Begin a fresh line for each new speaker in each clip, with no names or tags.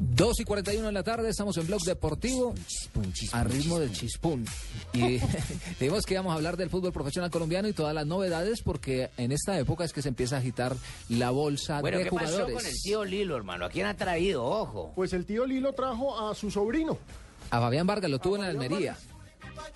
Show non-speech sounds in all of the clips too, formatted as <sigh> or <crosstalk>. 2 y 41 de la tarde, estamos en Blog Deportivo a ritmo de chispún. Y <laughs> dijimos que íbamos a hablar del fútbol profesional colombiano y todas las novedades, porque en esta época es que se empieza a agitar la bolsa
Bueno,
de
¿qué
jugadores.
pasó con el tío Lilo, hermano? ¿A quién ha traído? Ojo.
Pues el tío Lilo trajo a su sobrino.
A Fabián Vargas lo tuvo en Almería.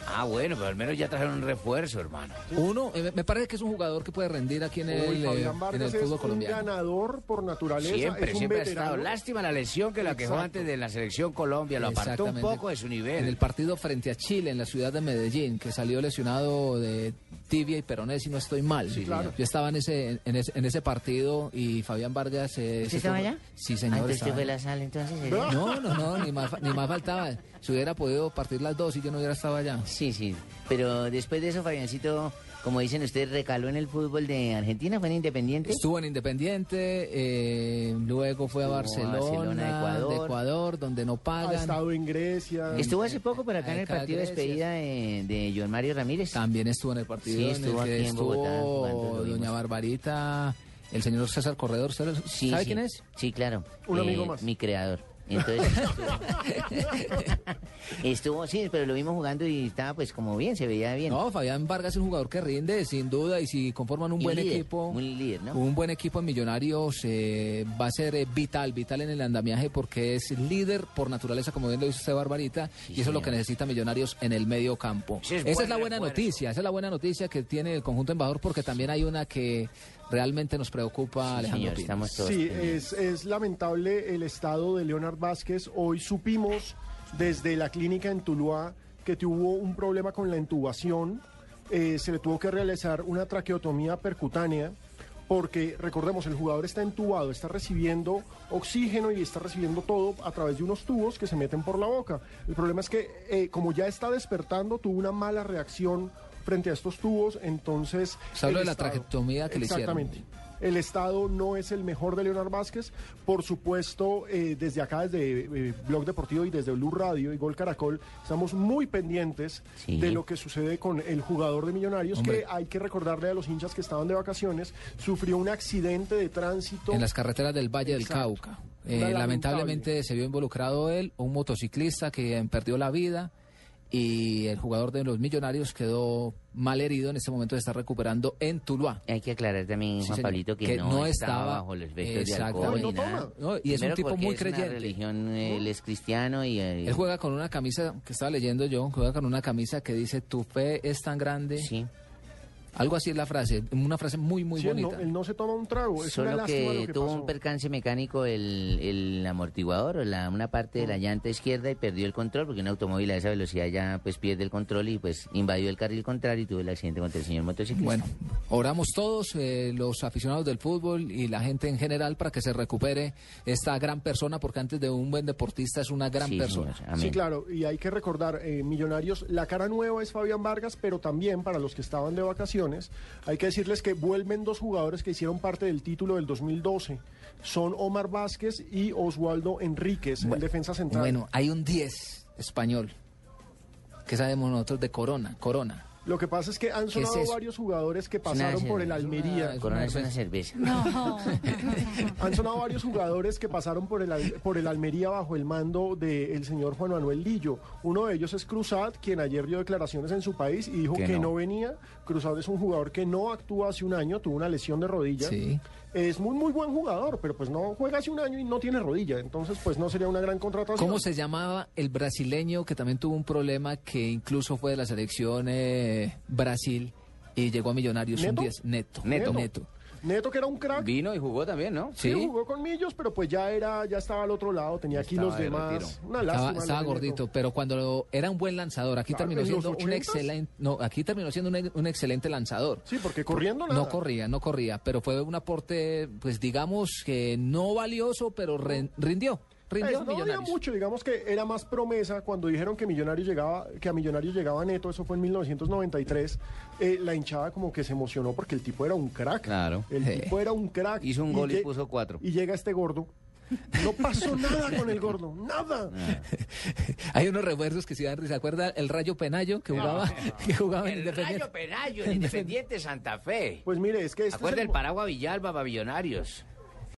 Ah, bueno, pero al menos ya trajeron un refuerzo, hermano.
Uno, eh, me parece que es un jugador que puede rendir aquí en el,
Uy,
eh,
Fabián
en el
Vargas es
fútbol
un
colombiano.
ganador por naturaleza.
Siempre,
es un
siempre ha
veterano.
estado. Lástima la lesión que la quejó
Exacto.
antes de la selección Colombia. Lo apartó un
Exactamente.
poco de su
En el
nivel.
partido frente a Chile, en la ciudad de Medellín, que salió lesionado de tibia y peroné, si no estoy mal.
claro.
Yo estaba en ese, en ese, en ese partido y Fabián Vargas... eh, se
estaba
fue-
allá?
Sí,
Ah,
señor.
entonces
estaba
usted fue
allá.
la sala, entonces. ¿eh?
¿Verdad?
No, no, no, ni más, ni más faltaba. Si hubiera podido partir las dos y yo no hubiera estado allá.
Sí, sí. Pero después de eso, Fabiancito, como dicen ustedes, recaló en el fútbol de Argentina, fue en Independiente.
Estuvo en Independiente, eh, luego fue a
Estuvo a
Barcelona,
Barcelona, Ecuador.
de Ecuador, donde no
Ah,
Ha
pagan.
estado en Grecia.
Este
Estuvo hace poco por acá en el
Acá,
partido de
gracias.
despedida de, de John Mario Ramírez.
También estuvo en el partido
Sí,
en el
estuvo
que
aquí en Bogotá
estuvo
jugando, lo
Doña
vimos.
Barbarita, el señor César Corredor. ¿Usted
Sí,
¿Sabe
sí.
quién es?
Sí, claro. Eh,
Un amigo más.
Mi creador. Entonces, <laughs> estuvo, sí, pero lo vimos jugando y estaba pues como bien, se veía bien.
No, Fabián Vargas es un jugador que rinde, sin duda, y si conforman un
Y
buen
líder,
equipo,
un líder, ¿no?
un buen equipo en Millonarios eh, va a ser eh, vital, vital en el andamiaje porque es líder por naturaleza, como bien lo dice usted, Barbarita, y eso es lo
señor.
que necesita Millonarios en el medio campo.
Sí, es
esa
buen
es la buena
refuerzo.
noticia, esa es la buena noticia que tiene el conjunto embajador porque también hay una que realmente nos preocupa,
Sí,
Alejandro
señor,
Pino.
estamos todos.
Sí, eh,
pendientes.
es, es lamentable el estado de Leonard Vázquez. Hoy supimos desde la clínica en Tuluá que tuvo un problema con la intubación. Eh, se le tuvo que realizar una traqueotomía percutánea porque, recordemos, el jugador está entubado, está recibiendo oxígeno y está recibiendo todo a través de unos tubos que se meten por la boca. El problema es que, eh, como ya está despertando, tuvo una mala reacción frente a estos tubos, entonces...
Se habló
el
de la traqueotomía que le hicieron.
Exactamente. El estado no es el mejor de Leonard Vázquez. Por supuesto, eh, desde acá, desde eh, Blog Deportivo y desde Blue Radio y Gol Caracol, estamos muy pendientes
Sí.
de lo que sucede con el jugador de Millonarios,
Hombre.
que hay que recordarle a los hinchas que estaban de vacaciones, sufrió un accidente de tránsito.
En las carreteras del Valle
Exacto.
del Cauca.
Una
Eh,
lamentable.
lamentablemente se vio involucrado él, un motociclista que perdió la vida y el jugador de los Millonarios quedó mal herido. En este momento se está recuperando en Tuluá.
Hay que aclarar también,
Sí,
Juan
señor.
Pablito, que,
Que
no,
no
estaba,
estaba-
bajo los efectos de
Exacto.
alcohol
No,
ni
no
nada.
toma.
No, y es un tipo
porque
muy
es una
creyente.
religión, eh, él es cristiano y... eh,
Él juega con una camisa que estaba leyendo yo, juega con una camisa que dice tu fe es tan grande.
Sí,
Algo así es la frase, una frase muy muy
Sí, él, no,
bonita.
él no se toma un trago. Es una
solo
lástima
que,
lo que
tuvo
pasó.
un percance mecánico el, el amortiguador o la, una parte
Mm.
de la llanta izquierda y perdió el control porque un automóvil a esa velocidad ya pues pierde el control y pues invadió el carril contrario y tuvo el accidente contra el señor motociclista.
Bueno, oramos todos, eh, los aficionados del fútbol y la gente en general, para que se recupere esta gran persona, porque antes de un buen deportista es una gran
Sí,
persona.
señor. Amén.
Sí, claro, y hay que recordar, eh, Millonarios, la cara nueva es Fabián Vargas, pero también para los que estaban de vacaciones, hay que decirles que vuelven dos jugadores que hicieron parte del título del 2012. Son Omar Vázquez y Oswaldo Enríquez, el defensa central.
Bueno, hay un 10 español. que sabemos nosotros de Corona? Corona.
Lo que pasa es que han
¿Qué es
sonado
eso?
corona varios jugadores que pasaron
cerveza,
por el
es
Almería.
es
Corona
una
es una cerveza.
<laughs>
Han sonado varios jugadores que pasaron por el, Al- por el Almería bajo el mando del señor Juan Manuel Lillo. Uno de ellos es Cruzat, quien ayer dio declaraciones en su país y dijo
Que
que,
no.
no. venía. Cruzat es un jugador que no actúa hace un año, tuvo una lesión de rodilla.
Sí.
Es muy, muy buen jugador, pero pues no juega hace un año y no tiene rodilla. Entonces, pues no sería una gran contratación.
¿Cómo se llamaba el brasileño que también tuvo un problema que incluso fue de la selección eh, Brasil y llegó a Millonarios? Un
¿Neto?
10. Neto.
Neto.
Neto.
Neto, que era un crack.
Vino y jugó también, ¿no?
Sí,
Sí.
jugó con Millos, pero pues ya era, ya estaba al otro lado, tenía aquí
Estaba
los
de
demás.
retiro.
Una
Estaba,
lástima,
estaba
lo de Neto.
gordito, pero cuando lo- era un buen lanzador, aquí
Claro,
terminó
en los
siendo un
80s.
excelente, no, aquí terminó siendo un, un excelente lanzador.
Sí, porque corriendo nada.
No corría, no corría, pero fue un aporte, pues digamos que no valioso, pero ren- rindió, rindió
Pues,
a
no había
Millonarios.
mucho, digamos que era más promesa cuando dijeron que Millonarios llegaba, que a Millonarios llegaba Neto, eso fue en 1993. eh, la hinchada como que se emocionó porque el tipo era un crack.
Claro.
El
Sí.
tipo era un crack.
Hizo un gol y
lle-
puso cuatro.
Y llega este gordo. No pasó nada con el gordo, nada.
Ah.
<laughs> Hay unos refuerzos que sí dan risa. ¿se acuerda el Rayo Penayo que jugaba, <laughs> que jugaba en
El
<laughs> Independiente?
Rayo Penayo, el Independiente Santa Fe.
Pues mire, es que este es
Acuerda
el
el
mo-
Paragua Villalba, Babillonarios.